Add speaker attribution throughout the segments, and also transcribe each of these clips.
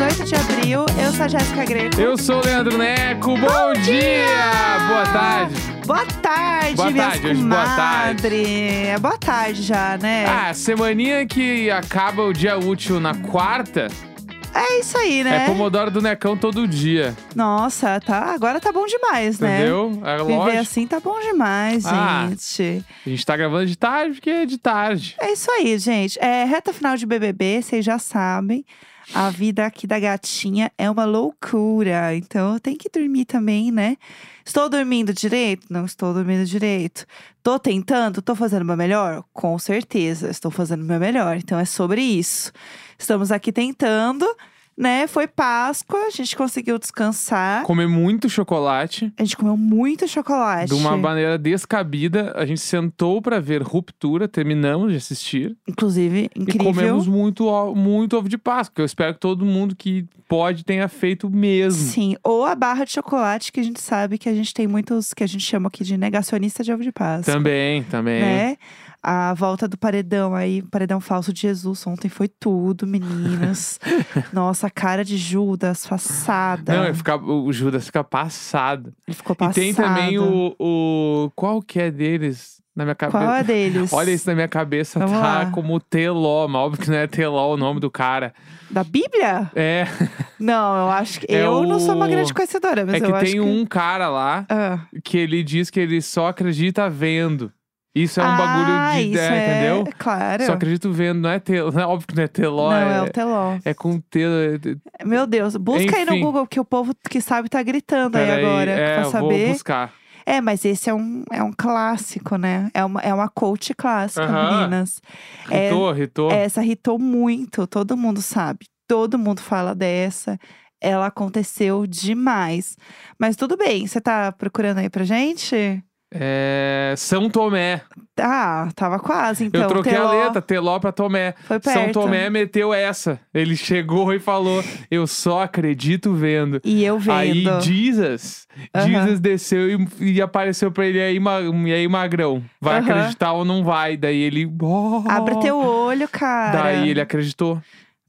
Speaker 1: um é de abril. Eu sou a Jéssica Greco.
Speaker 2: Eu sou o Leandro Neco. Bom, dia! Boa tarde!
Speaker 1: Boa tarde,
Speaker 2: Boa
Speaker 1: minhas
Speaker 2: tarde, hoje boa tarde.
Speaker 1: comadre. É boa tarde já, né?
Speaker 2: Ah, semaninha que acaba o dia útil na quarta
Speaker 1: É isso aí,
Speaker 2: é,
Speaker 1: né?
Speaker 2: Pomodoro do Necão todo dia.
Speaker 1: Nossa, tá, agora tá bom demais, né?
Speaker 2: Entendeu? É
Speaker 1: Viver
Speaker 2: lógico.
Speaker 1: assim tá bom demais,
Speaker 2: Ah.
Speaker 1: gente.
Speaker 2: A gente tá gravando de tarde porque é de tarde.
Speaker 1: É isso aí, gente. É reta final de BBB, vocês já sabem. A vida aqui da gatinha é uma loucura. Então tem que dormir também, né? Estou dormindo direito? Não estou dormindo direito. Tô tentando? Tô fazendo o meu melhor? Com certeza, estou fazendo o meu melhor. Então é sobre isso. Estamos aqui tentando, né? Foi Páscoa, a gente conseguiu descansar.
Speaker 2: Comer muito chocolate.
Speaker 1: A gente comeu muito chocolate.
Speaker 2: De uma maneira descabida, a gente sentou pra ver Ruptura, terminamos de assistir
Speaker 1: Inclusive,
Speaker 2: e
Speaker 1: incrível.
Speaker 2: comemos muito, o- muito ovo de Páscoa. que Eu espero que todo mundo que pode tenha feito mesmo.
Speaker 1: Sim, ou a barra de chocolate, que a gente sabe que a gente tem muitos que a gente chama aqui de negacionista de ovo de Páscoa.
Speaker 2: Também, também.
Speaker 1: Né? A volta do paredão aí, paredão falso de Jesus. Ontem foi tudo, meninas. Nossa, a cara de Judas, façada.
Speaker 2: Não, ele fica- o Judas fica passado.
Speaker 1: Ele ficou
Speaker 2: E
Speaker 1: passado.
Speaker 2: tem também o, o- Qual que é deles? Na minha
Speaker 1: Qual
Speaker 2: cabeça.
Speaker 1: é deles?
Speaker 2: Olha, isso na minha cabeça
Speaker 1: Vamos
Speaker 2: tá
Speaker 1: lá.
Speaker 2: como Teló, mas óbvio que não é Teló o nome do cara.
Speaker 1: Da Bíblia?
Speaker 2: É,
Speaker 1: Não, eu acho que.
Speaker 2: É
Speaker 1: eu não sou uma
Speaker 2: o-
Speaker 1: grande conhecedora, mas
Speaker 2: é
Speaker 1: eu
Speaker 2: que
Speaker 1: acho
Speaker 2: tem
Speaker 1: que.
Speaker 2: um cara lá
Speaker 1: Ah.
Speaker 2: que ele diz que ele só acredita vendo. Isso é um
Speaker 1: ah,
Speaker 2: bagulho de
Speaker 1: isso
Speaker 2: ideia,
Speaker 1: é...
Speaker 2: entendeu?
Speaker 1: Claro.
Speaker 2: Só acredito vendo, não é Teló. não é- óbvio que não é Teló,
Speaker 1: Não,
Speaker 2: é,
Speaker 1: é o teló.
Speaker 2: é com Teló.
Speaker 1: Meu Deus, busca aí no
Speaker 2: Enfim.
Speaker 1: Google que o povo que sabe tá gritando aí
Speaker 2: Peraí,
Speaker 1: agora
Speaker 2: é,
Speaker 1: pra
Speaker 2: eu
Speaker 1: saber.
Speaker 2: vou buscar.
Speaker 1: É, mas esse é um, é um clássico, né? É uma, é uma coach clássica,
Speaker 2: Aham.
Speaker 1: meninas. É,
Speaker 2: Ritou, ritou.
Speaker 1: essa hitou muito, todo mundo sabe. Todo mundo fala dessa. Ela aconteceu demais. Mas tudo bem, você tá procurando aí pra gente?
Speaker 2: É, São Tomé.
Speaker 1: Ah, tava quase, então.
Speaker 2: Eu troquei
Speaker 1: Teló
Speaker 2: a letra, Teló pra Tomé.
Speaker 1: Foi perto.
Speaker 2: São Tomé meteu essa. Ele chegou e falou: Eu só acredito vendo.
Speaker 1: E eu vendo.
Speaker 2: Aí Jesus,
Speaker 1: Aham.
Speaker 2: Jesus desceu e, e apareceu pra ele, e aí, ma- e aí magrão, vai
Speaker 1: Aham.
Speaker 2: acreditar ou não vai? Daí ele, "Oh."
Speaker 1: Abre teu olho, cara.
Speaker 2: Daí ele acreditou.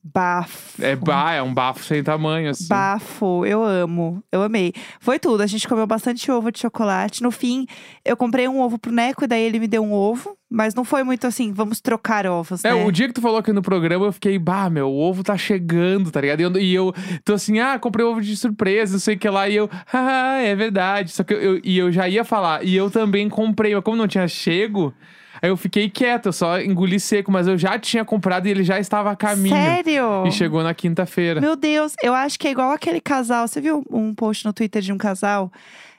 Speaker 1: Bafo.
Speaker 2: É, bah, é um bafo sem tamanho, assim.
Speaker 1: Bafo, eu amo, eu amei. Foi tudo, a gente comeu bastante ovo de chocolate. No fim, eu comprei um ovo pro Neco e daí ele me deu um ovo, mas não foi muito assim, vamos trocar ovos,
Speaker 2: É,
Speaker 1: né?
Speaker 2: o dia que tu falou aqui no programa, eu fiquei, bah, meu, o ovo tá chegando, tá ligado? E eu, e eu tô assim, ah, comprei ovo de surpresa, não sei o que lá, e eu, ah, é verdade. Só que eu, eu- e eu já ia falar, e eu também comprei, mas como não tinha chego, aí eu fiquei quieto, eu só engoli seco, mas eu já tinha comprado e ele já estava a caminho.
Speaker 1: Sério?
Speaker 2: E chegou na quinta-feira.
Speaker 1: Meu Deus, eu acho que é igual aquele casal. Você viu um post no Twitter de um casal?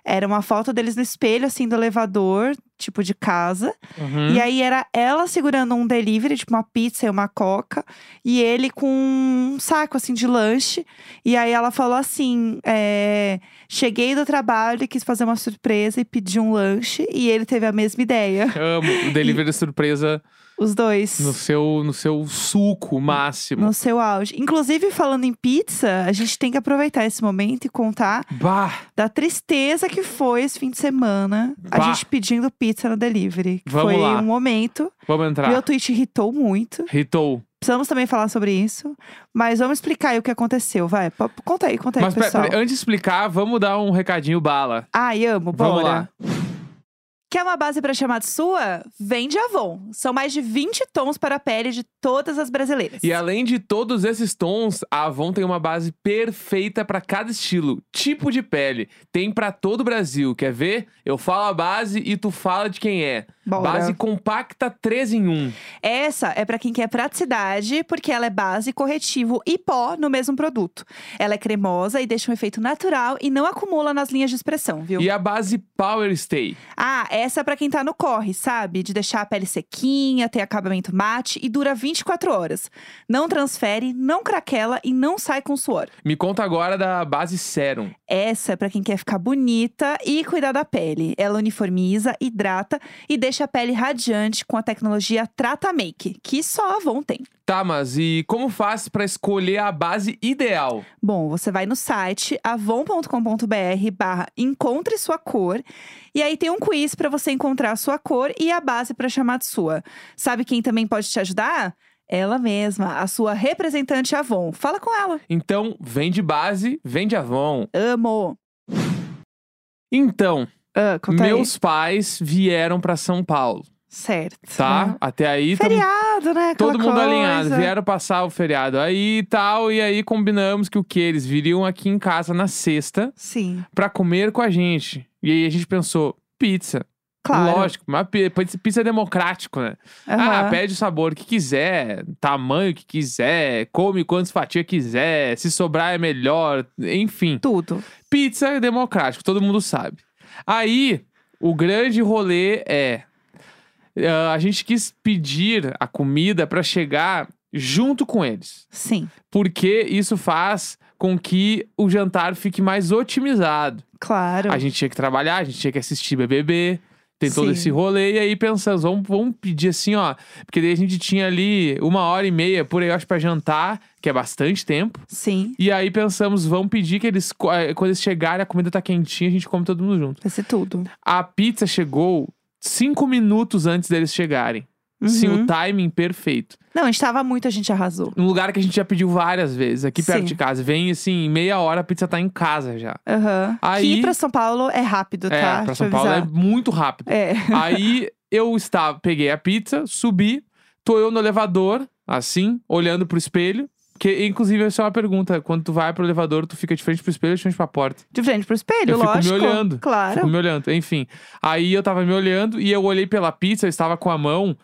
Speaker 1: Era uma foto deles no espelho, assim, do elevador, tipo de casa.
Speaker 2: Uhum.
Speaker 1: E aí era ela segurando um delivery, tipo uma pizza e uma coca, e ele com um saco assim de lanche. E aí ela falou assim: é, cheguei do trabalho e quis fazer uma surpresa e pedi um lanche, e ele teve a mesma ideia.
Speaker 2: Amo o delivery surpresa
Speaker 1: Os dois.
Speaker 2: no seu, no seu suco máximo.
Speaker 1: No seu auge. Inclusive, falando em pizza, a gente tem que aproveitar esse momento e contar
Speaker 2: Bah,
Speaker 1: da tristeza que foi esse fim de semana a
Speaker 2: Bah.
Speaker 1: gente pedindo pizza no delivery. Que
Speaker 2: Vamos
Speaker 1: foi
Speaker 2: lá.
Speaker 1: um momento.
Speaker 2: vamos entrar.
Speaker 1: Meu tweet irritou muito.
Speaker 2: Ritou.
Speaker 1: Precisamos também falar sobre isso. Mas vamos explicar aí o que aconteceu, vai. P- Conta aí, conta Tá aí,
Speaker 2: Mas pera-
Speaker 1: pessoal.
Speaker 2: pera- antes de explicar, vamos dar um recadinho bala.
Speaker 1: Ai, amo, bora.
Speaker 2: Vamos lá.
Speaker 1: Quer uma base para chamar de sua? Vem de Avon. São mais de 20 tons para a pele de todas as brasileiras.
Speaker 2: E além de todos esses tons, a Avon tem uma base perfeita para cada estilo, tipo de pele. Tem para todo o Brasil. Quer ver? Eu falo a base e tu fala de quem é.
Speaker 1: Bora.
Speaker 2: Base compacta 3 em 1.
Speaker 1: Essa é para quem quer praticidade, porque ela é base, corretivo e pó no mesmo produto. Ela é cremosa e deixa um efeito natural e não acumula nas linhas de expressão, viu?
Speaker 2: E a base Power Stay.
Speaker 1: Ah, essa é pra quem tá no corre, sabe? De deixar a pele sequinha, ter acabamento mate e dura 24 horas. Não transfere, não craquela e não sai com suor.
Speaker 2: Me conta agora da base Serum.
Speaker 1: Essa é pra quem quer ficar bonita e cuidar da pele. Ela uniformiza, hidrata e deixa a pele radiante com a tecnologia Trata Make, que só a Avon tem.
Speaker 2: Tá, mas e como faz para escolher a base ideal?
Speaker 1: Bom, você vai no site avon.com.br barra encontre sua cor e aí tem um quiz para você encontrar a sua cor e a base para chamar de sua. Sabe quem também pode te ajudar? Ela mesma, a sua representante Avon. Fala com ela.
Speaker 2: Então, vem de base, vem de Avon.
Speaker 1: Amo.
Speaker 2: Então,
Speaker 1: Ah, conta aí.
Speaker 2: meus pais vieram pra São Paulo,
Speaker 1: Certo.
Speaker 2: tá?
Speaker 1: Ah.
Speaker 2: Até aí tamo
Speaker 1: Feriado, né? Aquela
Speaker 2: todo mundo
Speaker 1: coisa.
Speaker 2: alinhado. Vieram passar o feriado aí e tal, e aí combinamos que o que eles viriam aqui em casa na sexta
Speaker 1: Sim,
Speaker 2: pra comer com a gente. E aí a gente pensou, pizza.
Speaker 1: claro.
Speaker 2: Lógico, mas pi- pizza pizza é democrático, né? Ah,
Speaker 1: Aham.
Speaker 2: pede o sabor que quiser, tamanho que quiser, come quantas fatias quiser, se sobrar é melhor, enfim.
Speaker 1: Tudo.
Speaker 2: Pizza é democrático, todo mundo sabe. Aí, o grande rolê é. ah, a gente quis pedir a comida pra chegar junto com eles.
Speaker 1: Sim,
Speaker 2: Porque isso faz com que o jantar fique mais otimizado.
Speaker 1: claro.
Speaker 2: A gente tinha que trabalhar, a gente tinha que assistir BBB. Tem todo
Speaker 1: Sim.
Speaker 2: esse rolê. E aí pensamos, vamos, vamos pedir assim, ó. Porque daí a gente tinha ali uma hora e meia por aí, eu acho, pra jantar, que é bastante tempo.
Speaker 1: Sim,
Speaker 2: E aí pensamos, vamos pedir que eles, co- eh, quando eles chegarem, a comida tá quentinha, a gente come todo mundo junto.
Speaker 1: vai ser tudo.
Speaker 2: A pizza chegou cinco minutos antes deles chegarem. Sim,
Speaker 1: Uhum.
Speaker 2: o timing perfeito.
Speaker 1: Não, a gente tava muito, a gente arrasou.
Speaker 2: Um lugar que a gente já pediu várias vezes, aqui perto
Speaker 1: Sim.
Speaker 2: de casa. Vem assim, em meia hora a pizza tá em casa já.
Speaker 1: Aham.
Speaker 2: Aí-
Speaker 1: Que pra São Paulo é rápido,
Speaker 2: é,
Speaker 1: tá?
Speaker 2: pra
Speaker 1: Deixa
Speaker 2: São
Speaker 1: eu
Speaker 2: Paulo é
Speaker 1: avisar.
Speaker 2: muito rápido.
Speaker 1: é.
Speaker 2: Aí eu estava, peguei a pizza, subi, tô eu no elevador, assim, olhando pro espelho. Que, inclusive, essa é uma pergunta. Quando tu vai pro elevador, tu fica de frente pro espelho ou de frente pra porta?
Speaker 1: De frente pro espelho,
Speaker 2: Eu fico me
Speaker 1: lógico.
Speaker 2: olhando.
Speaker 1: Claro.
Speaker 2: Fico me olhando. Enfim. Aí eu tava me olhando e eu olhei pela pizza, eu estava com a mão.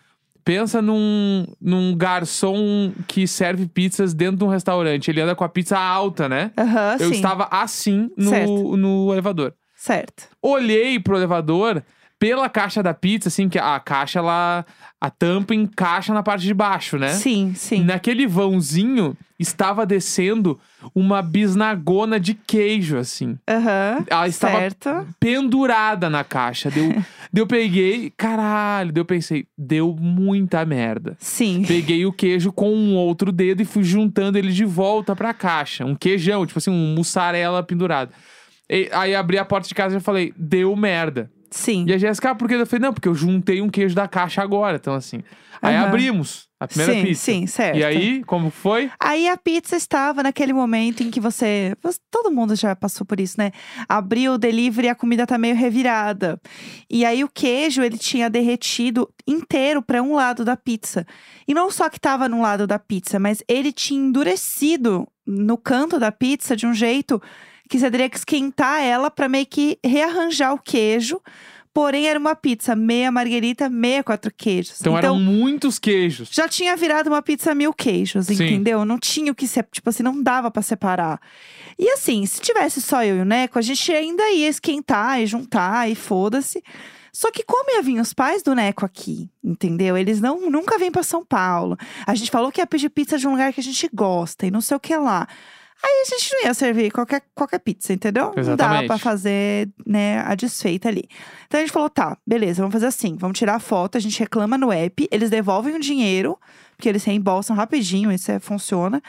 Speaker 2: Pensa num, num garçom que serve pizzas dentro de um restaurante. Ele anda com a pizza alta, né?
Speaker 1: Aham,
Speaker 2: Eu
Speaker 1: sim.
Speaker 2: estava assim
Speaker 1: Certo.
Speaker 2: no, no elevador
Speaker 1: Certo.
Speaker 2: olhei pro elevador pela caixa da pizza, assim, que a caixa, ela. A tampa encaixa na parte de baixo, né?
Speaker 1: Sim, sim.
Speaker 2: Naquele vãozinho estava descendo uma bisnagona de queijo, assim.
Speaker 1: Aham.
Speaker 2: Ela estava
Speaker 1: Certo.
Speaker 2: pendurada na caixa. Deu, deu peguei, caralho, deu pensei, deu muita merda.
Speaker 1: Sim.
Speaker 2: Peguei o queijo com um outro dedo e fui juntando ele de volta pra caixa. Um queijão, tipo assim, um mussarela pendurado. E- aí abri a porta de casa e falei, deu merda.
Speaker 1: Sim.
Speaker 2: E a Jéssica, ah, por quê? Eu falei, não, porque eu juntei um queijo da caixa agora. Então, assim. Aí
Speaker 1: Aham.
Speaker 2: abrimos a primeira
Speaker 1: sim,
Speaker 2: pizza.
Speaker 1: sim, certo.
Speaker 2: E aí, como foi?
Speaker 1: Aí a pizza estava naquele momento em que você, você- Todo mundo já passou por isso, né? Abriu o delivery e a comida tá meio revirada. E aí o queijo, ele tinha derretido inteiro para um lado da pizza. E não só que tava num lado da pizza, mas ele tinha endurecido no canto da pizza de um jeito que você teria que esquentar ela para meio que rearranjar o queijo. Porém, era uma pizza meia marguerita, meia quatro queijos.
Speaker 2: Então, eram muitos queijos.
Speaker 1: Já tinha virado uma pizza mil queijos,
Speaker 2: Sim.
Speaker 1: entendeu? Não tinha o que ser, tipo assim, não dava pra separar. E assim, se tivesse só eu e o Neco, a gente ainda ia esquentar e juntar e foda-se. Só que como ia vir os pais do Neco aqui, entendeu? Eles não nunca vêm pra São Paulo. A gente falou que ia pedir pizza de um lugar que a gente gosta e não sei o que lá. Aí a gente não ia servir qualquer, qualquer pizza, entendeu? Não dá
Speaker 2: Exatamente.
Speaker 1: pra fazer né, a desfeita ali. Então a gente falou, tá, beleza, vamos fazer assim. Vamos tirar a foto, a gente reclama no app, eles devolvem o dinheiro, porque eles reembolsam rapidinho, isso é, funciona.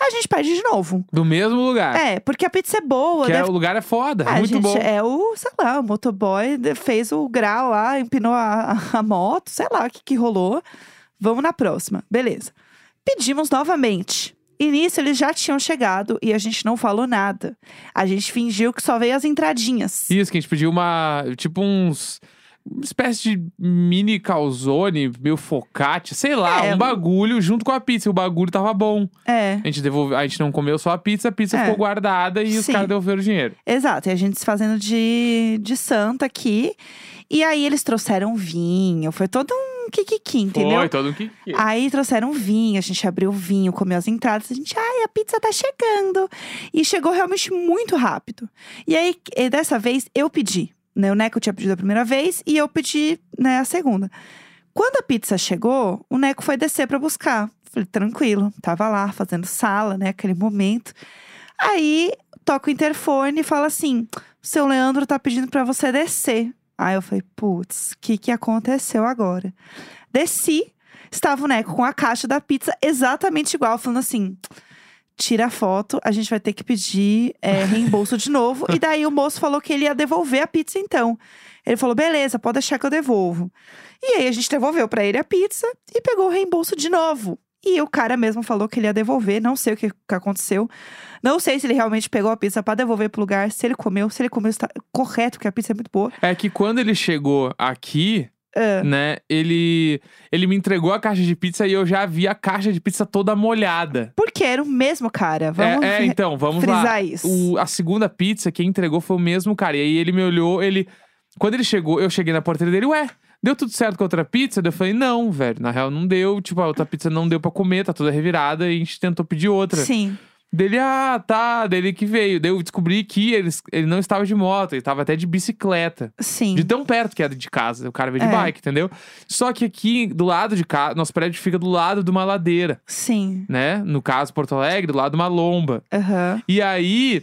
Speaker 1: A gente pede de novo.
Speaker 2: Do mesmo lugar.
Speaker 1: É, porque a pizza é boa,
Speaker 2: que é-
Speaker 1: deve
Speaker 2: o lugar é foda.
Speaker 1: ah,
Speaker 2: muito
Speaker 1: gente,
Speaker 2: bom.
Speaker 1: É o, sei lá, o motoboy de- fez o grau lá, empinou a, a moto, sei lá o que, que rolou. Vamos na próxima. Beleza. Pedimos novamente. E nisso eles já tinham chegado e a gente não falou nada. A gente fingiu que só veio as entradinhas.
Speaker 2: Isso, que a gente pediu uma. Tipo uns. Uma espécie de mini calzone, meio focaccia, sei lá,
Speaker 1: É.
Speaker 2: um bagulho junto com a pizza. E o bagulho tava bom.
Speaker 1: É,
Speaker 2: A gente devolveu, a gente não comeu só a pizza, a pizza
Speaker 1: É.
Speaker 2: ficou guardada e os
Speaker 1: Sim.
Speaker 2: caras devolveram o dinheiro.
Speaker 1: exato. E a gente se fazendo de, de santa aqui. E aí eles trouxeram vinho. Foi todo um kikiki, entendeu?
Speaker 2: Foi, todo um mundo que. que-
Speaker 1: Aí trouxeram vinho, a gente abriu o vinho, comeu as entradas, a gente, ai, a pizza tá chegando. E chegou realmente muito rápido. E aí, e dessa vez, eu pedi. Né? O Neco tinha pedido a primeira vez e eu pedi né, a segunda. Quando a pizza chegou, o Neco foi descer pra buscar. Falei, tranquilo, tava lá fazendo sala, né? Aquele momento. Aí toca o interfone e fala assim: o seu Leandro tá pedindo pra você descer. Aí eu falei, putz, o que, que aconteceu agora? Desci, estava o Neco né, com a caixa da pizza exatamente igual, falando assim. Tira a foto, a gente vai ter que pedir é, reembolso de novo. E daí o moço falou que ele ia devolver a pizza então. Ele falou, beleza, pode deixar que eu devolvo. E aí a gente devolveu pra ele a pizza e pegou o reembolso de novo. E o cara mesmo falou que ele ia devolver, não sei o que, que aconteceu. Não sei se ele realmente pegou a pizza pra devolver pro lugar, se ele comeu, se ele comeu, está correto, porque a pizza é muito boa.
Speaker 2: É que quando ele chegou aqui,
Speaker 1: É.
Speaker 2: né, ele, ele me entregou a caixa de pizza e eu já vi a caixa de pizza toda molhada.
Speaker 1: Porque era o mesmo cara. Vamos
Speaker 2: é, é,
Speaker 1: re-
Speaker 2: então, vamos
Speaker 1: frisar
Speaker 2: lá.
Speaker 1: isso.
Speaker 2: O- a segunda pizza, quem entregou foi o mesmo cara. E aí ele me olhou, ele. Quando ele chegou, eu cheguei na porta dele, ué, deu tudo certo com a outra pizza? Daí Eu falei, não, velho, na real não deu. Tipo, a outra pizza não deu pra comer, tá toda revirada e a gente tentou pedir outra.
Speaker 1: Sim.
Speaker 2: Dele, ah, tá, dele que veio. Daí eu descobri que ele, ele não estava de moto, ele estava até de bicicleta.
Speaker 1: Sim.
Speaker 2: De tão perto que era de casa, o cara veio de
Speaker 1: É.
Speaker 2: bike, entendeu? Só que aqui, do lado de casa, nosso prédio fica do lado de uma ladeira,
Speaker 1: Sim.
Speaker 2: né? No caso, Porto Alegre, do lado de uma lomba.
Speaker 1: Aham.
Speaker 2: E aí,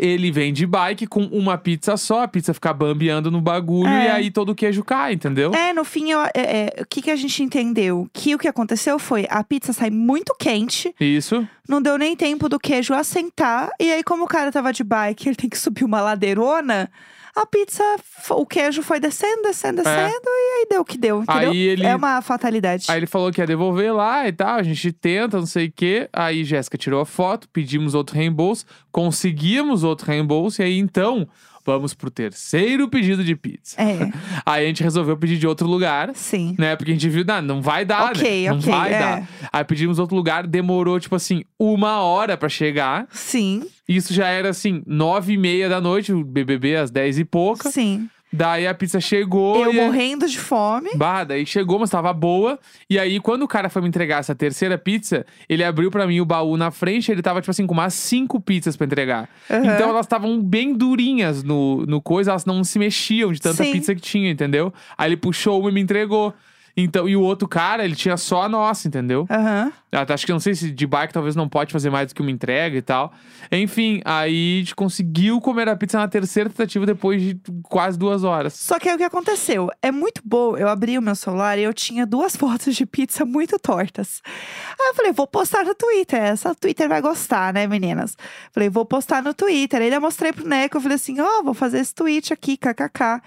Speaker 2: ele vem de bike com uma pizza só, a pizza fica bambeando no bagulho
Speaker 1: É.
Speaker 2: e aí todo o queijo cai, entendeu?
Speaker 1: É, no fim, eu- é, é, o que, que a gente entendeu? Que o que aconteceu foi a pizza sai muito quente,
Speaker 2: Isso.
Speaker 1: não deu nem tempo do queijo assentar, e aí, como o cara tava de bike, ele tem que subir uma ladeirona, a pizza, f- o queijo foi descendo, descendo, descendo, e aí deu o que deu, entendeu?
Speaker 2: É. Aí ele-
Speaker 1: É uma fatalidade.
Speaker 2: Aí ele falou que ia devolver lá e tal, a gente tenta, não sei o quê. Aí Jéssica tirou a foto, pedimos outro reembolso, conseguimos outro reembolso, e aí então vamos pro terceiro pedido de pizza.
Speaker 1: É,
Speaker 2: Aí a gente resolveu pedir de outro lugar,
Speaker 1: sim.
Speaker 2: né? Porque a gente viu, não, não vai dar,
Speaker 1: Ok,
Speaker 2: né? Não
Speaker 1: ok,
Speaker 2: vai
Speaker 1: é.
Speaker 2: dar. Aí pedimos outro lugar, demorou, tipo assim, uma hora pra chegar.
Speaker 1: Sim,
Speaker 2: Isso já era assim, nove e meia da noite, o BBB às dez e pouca.
Speaker 1: sim.
Speaker 2: Daí a pizza chegou.
Speaker 1: eu
Speaker 2: e...
Speaker 1: morrendo de fome.
Speaker 2: Bah, daí chegou, mas tava boa. E aí, quando o cara foi me entregar essa terceira pizza, ele abriu pra mim o baú na frente. Ele tava, tipo assim, com umas cinco pizzas pra entregar.
Speaker 1: Aham.
Speaker 2: Então elas estavam bem durinhas no, no coisa, elas não se mexiam de tanta
Speaker 1: Sim.
Speaker 2: pizza que tinha, entendeu? Aí ele puxou uma e me entregou. Então, e o outro cara, ele tinha só a nossa, entendeu?
Speaker 1: Aham.
Speaker 2: Até Acho que não sei se de bike talvez não pode fazer mais do que uma entrega e tal. Enfim, aí a gente conseguiu comer a pizza na terceira tentativa depois de quase duas horas.
Speaker 1: Só que aí o que aconteceu? É muito bom. Eu abri o meu celular e eu tinha duas fotos de pizza muito tortas. Aí eu falei, vou postar no Twitter. Essa Twitter vai gostar, né, meninas? Falei, vou postar no Twitter. Aí eu mostrei pro Neco. Eu falei assim: ó, vou fazer esse tweet aqui, kkk.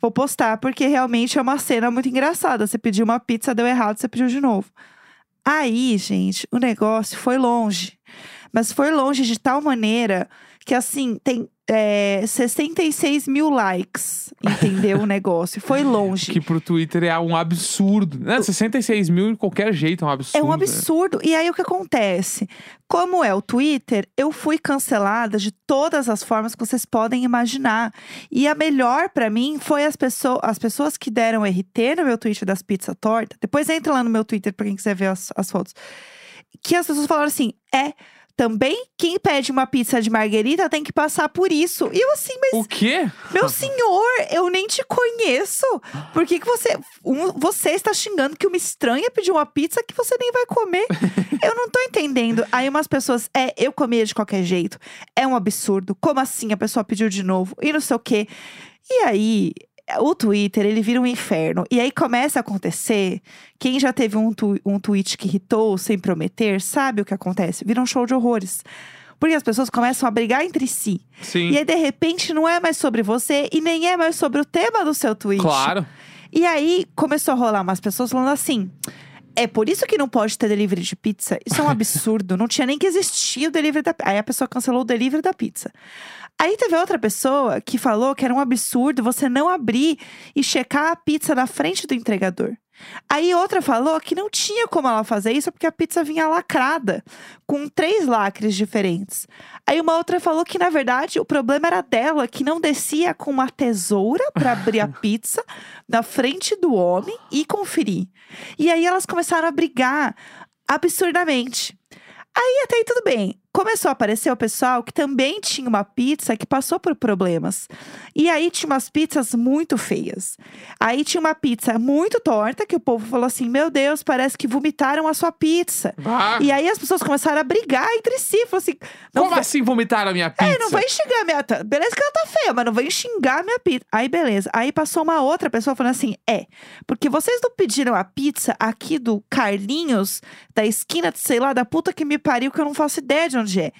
Speaker 1: Vou postar, porque realmente é uma cena muito engraçada. Você pediu uma pizza, deu errado, você pediu de novo. Aí, gente, o negócio foi longe. Mas foi longe de tal maneira que, assim, tem é, 66 mil likes, entendeu? o negócio. Foi longe.
Speaker 2: Que pro Twitter é um absurdo. Né? 66 mil de qualquer jeito é um absurdo.
Speaker 1: É um
Speaker 2: né?
Speaker 1: absurdo. E aí o que acontece? Como é o Twitter, eu fui cancelada de todas as formas que vocês podem imaginar. E a melhor pra mim foi as, pesso- as pessoas que deram RT no meu tweet das pizzas torta. Depois entra lá no meu Twitter pra quem quiser ver as, as fotos. Que as pessoas falaram assim: é. Também quem pede uma pizza de marguerita tem que passar por isso. E eu assim, mas
Speaker 2: O quê?
Speaker 1: meu senhor, eu nem te conheço. Por que, que você. um- você está xingando que uma estranha pediu uma pizza que você nem vai comer? eu não tô entendendo. Aí umas pessoas, é, eu comia de qualquer jeito. É um absurdo. Como assim? A pessoa pediu de novo e não sei o quê. E aí. O Twitter, ele vira um inferno. E aí começa a acontecer. Quem já teve um, tu- um tweet que irritou sem prometer, sabe o que acontece? Vira um show de horrores. Porque as pessoas começam a brigar entre si.
Speaker 2: Sim.
Speaker 1: E aí, de repente, não é mais sobre você e nem é mais sobre o tema do seu tweet.
Speaker 2: Claro.
Speaker 1: E aí começou a rolar umas pessoas falando assim. É por isso que não pode ter delivery de pizza. Isso é um absurdo. não tinha nem que existir o delivery da Aí a pessoa cancelou o delivery da pizza. Aí teve outra pessoa que falou que era um absurdo você não abrir e checar a pizza na frente do entregador. Aí outra falou que não tinha como ela fazer isso porque a pizza vinha lacrada, com três lacres diferentes. Aí uma outra falou que na verdade o problema era dela, que não descia com uma tesoura para abrir a pizza na frente do homem e conferir. E aí elas começaram a brigar absurdamente. Aí até aí tudo bem. Começou a aparecer o pessoal que também tinha uma pizza que passou por problemas. E aí tinha umas pizzas muito feias. Aí tinha uma pizza muito torta que o povo falou assim: Meu Deus, parece que vomitaram a sua pizza.
Speaker 2: Ah,
Speaker 1: E aí as pessoas começaram a brigar entre si. Falou assim: Não,
Speaker 2: como assim vomitaram a minha pizza?
Speaker 1: é, não vem xingar minha. ta- Beleza que ela tá feia, mas não vem xingar minha pizza. Aí, beleza. Aí passou uma outra pessoa falando assim: é, porque vocês não pediram a pizza aqui do Carlinhos, da esquina, de sei lá, da puta que me pariu, que eu não faço ideia de onde é.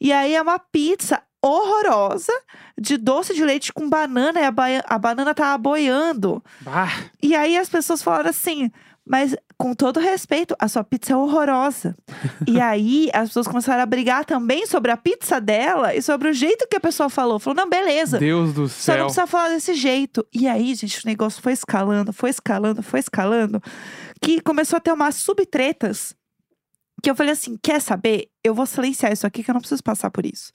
Speaker 1: E aí é uma pizza horrorosa de doce de leite com banana e a, baia- a banana tá aboiando.
Speaker 2: Ah,
Speaker 1: E aí as pessoas falaram assim. Mas, com todo respeito, a sua pizza é horrorosa. e aí, as pessoas começaram a brigar também sobre a pizza dela e sobre o jeito que a pessoa falou. Falou, não, beleza.
Speaker 2: Deus do
Speaker 1: Só não
Speaker 2: céu.
Speaker 1: precisa falar desse jeito. E aí, gente, o negócio foi escalando, foi escalando, foi escalando, que começou a ter umas subtretas. Que eu falei assim: quer saber? Eu vou silenciar isso aqui, que eu não preciso passar por isso.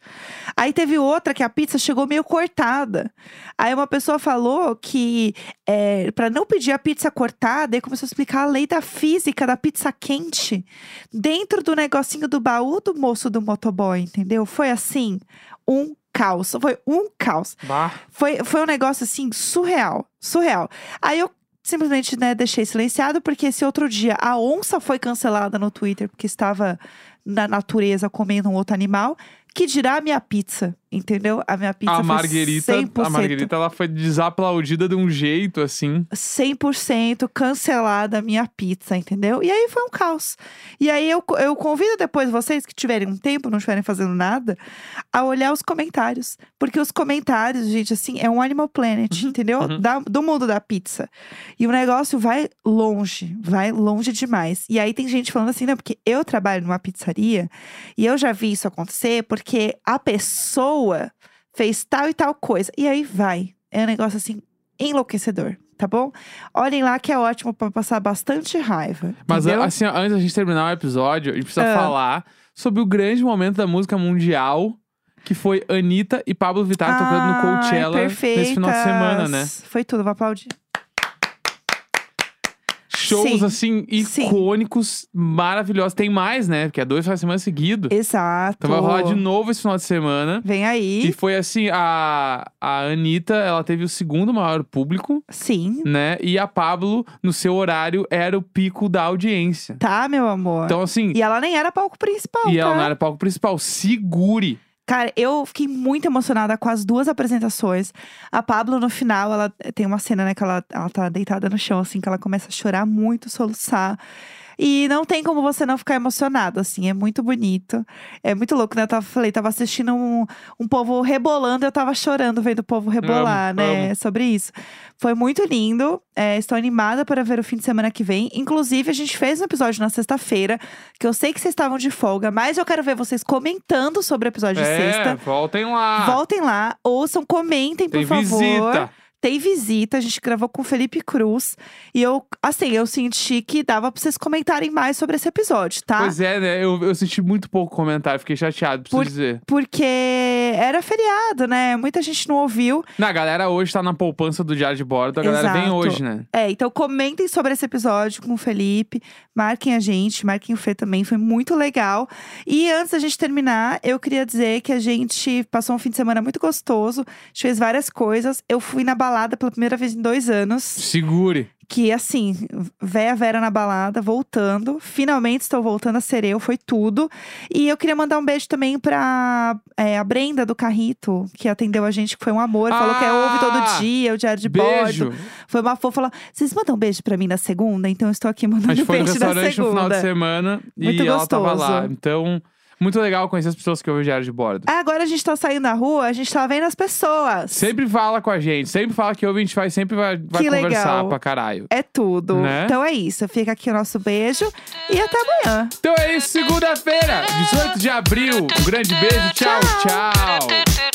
Speaker 1: Aí teve outra que a pizza chegou meio cortada. Aí uma pessoa falou que é, para não pedir a pizza cortada, aí começou a explicar a lei da física da pizza quente dentro do negocinho do baú do moço do motoboy, entendeu? Foi assim, um caos. Foi um caos.
Speaker 2: Bah.
Speaker 1: Foi, foi um negócio assim, surreal. Surreal. Aí eu simplesmente né, deixei silenciado, porque esse outro dia a onça foi cancelada no Twitter, porque estava na natureza comendo um outro animal. Que dirá a minha pizza, entendeu? A minha pizza
Speaker 2: A
Speaker 1: foi
Speaker 2: Marguerita,
Speaker 1: 100%,
Speaker 2: a Marguerita, ela foi desaplaudida de um jeito, assim.
Speaker 1: 100% cancelada a minha pizza, entendeu? E aí foi um caos. E aí eu, co- eu convido depois vocês que tiverem um tempo, não estiverem fazendo nada, a olhar os comentários. Porque os comentários, gente, assim, é um Animal Planet, entendeu?
Speaker 2: uhum.
Speaker 1: Da- do mundo da pizza. E o negócio vai longe, vai longe demais. E aí tem gente falando assim, não, porque eu trabalho numa pizzaria e eu já vi isso acontecer porque a pessoa fez tal e tal coisa. E aí vai. É um negócio assim, enlouquecedor, tá bom? Olhem lá que é ótimo pra passar bastante raiva.
Speaker 2: Mas
Speaker 1: entendeu?
Speaker 2: assim, ó, antes da gente terminar o episódio, a gente precisa
Speaker 1: Ah.
Speaker 2: falar sobre o grande momento da música mundial, que foi Anitta e Pablo Vittar tá tocando no
Speaker 1: Ai,
Speaker 2: Coachella nesse final de semana, né?
Speaker 1: perfeitas. Foi tudo, vou aplaudir.
Speaker 2: Shows,
Speaker 1: Sim.
Speaker 2: assim,
Speaker 1: Sim.
Speaker 2: icônicos, maravilhosos. Tem mais, né? Porque é dois finais de semana seguido.
Speaker 1: Exato.
Speaker 2: Então vai rolar de novo esse final de semana.
Speaker 1: Vem aí.
Speaker 2: E foi assim, a, a Anitta, ela teve o segundo maior público,
Speaker 1: Sim.
Speaker 2: né? E a Pablo, no seu horário, era o pico da audiência.
Speaker 1: Tá, meu amor.
Speaker 2: Então, assim,
Speaker 1: E ela nem era palco principal,
Speaker 2: e
Speaker 1: tá?
Speaker 2: ela não era palco principal. Segure.
Speaker 1: Cara, eu fiquei muito emocionada com as duas apresentações. A Pablo, no final, ela tem uma cena, né, que ela, ela tá deitada no chão, assim, que ela começa a chorar muito, soluçar. E não tem como você não ficar emocionado, assim, é muito bonito. É muito louco, né? Eu tava, falei, tava assistindo um, um povo rebolando, eu tava chorando vendo o povo rebolar,
Speaker 2: Amo,
Speaker 1: né? Sobre isso. Foi muito lindo. é, estou animada para ver o fim de semana que vem. Inclusive, a gente fez um episódio na sexta-feira, que eu sei que vocês estavam de folga, mas eu quero ver vocês comentando sobre o episódio Tá de
Speaker 2: é,
Speaker 1: sexta.
Speaker 2: voltem lá.
Speaker 1: Voltem lá, ouçam, comentem, por
Speaker 2: Tem
Speaker 1: favor. tá?
Speaker 2: visita.
Speaker 1: Tem visita, a gente gravou com o Felipe Cruz. E eu, assim, eu senti que dava pra vocês comentarem mais sobre esse episódio, tá?
Speaker 2: Pois é, né? Eu, eu senti muito pouco comentário, fiquei chateado, preciso
Speaker 1: Por-
Speaker 2: dizer.
Speaker 1: Porque era feriado, né? Muita gente não ouviu.
Speaker 2: Na galera hoje tá na poupança do Diário de Bordo, a galera vem
Speaker 1: Exato.
Speaker 2: hoje, né?
Speaker 1: É, então comentem sobre esse episódio com o Felipe. Marquem a gente, marquem o Fê também, foi muito legal. E antes da gente terminar, eu queria dizer que a gente passou um fim de semana muito gostoso. A gente fez várias coisas. Eu fui na balada pela primeira vez em dois anos.
Speaker 2: Segure.
Speaker 1: que assim, véia Vera na balada, voltando. Finalmente estou voltando a ser eu, foi tudo. E eu queria mandar um beijo também pra é, a Brenda do Carrito, que atendeu a gente, que foi um amor. Falou que é ouve
Speaker 2: Ah!
Speaker 1: todo dia, o Diário de
Speaker 2: Beijo.
Speaker 1: Bordo. Foi uma fofa. Falou, vocês mandam um beijo pra mim na segunda? Então eu estou aqui mandando
Speaker 2: A gente foi no
Speaker 1: beijo na
Speaker 2: restaurante no final de
Speaker 1: segunda.
Speaker 2: semana
Speaker 1: Muito
Speaker 2: e ela tava
Speaker 1: gostoso.
Speaker 2: lá. Então, muito legal conhecer as pessoas que ouvem o Diário de Bordo.
Speaker 1: Agora a gente tá saindo na rua, a gente tá vendo as pessoas.
Speaker 2: Sempre fala com a gente, sempre fala que ouve, a gente vai, sempre vai, vai
Speaker 1: Que
Speaker 2: conversar
Speaker 1: legal.
Speaker 2: pra caralho.
Speaker 1: É tudo.
Speaker 2: Né?
Speaker 1: Então é isso. Fica aqui o nosso beijo e até amanhã.
Speaker 2: Então é isso, segunda-feira, 18 de abril. Um grande beijo, tchau. tchau.
Speaker 3: Tchau.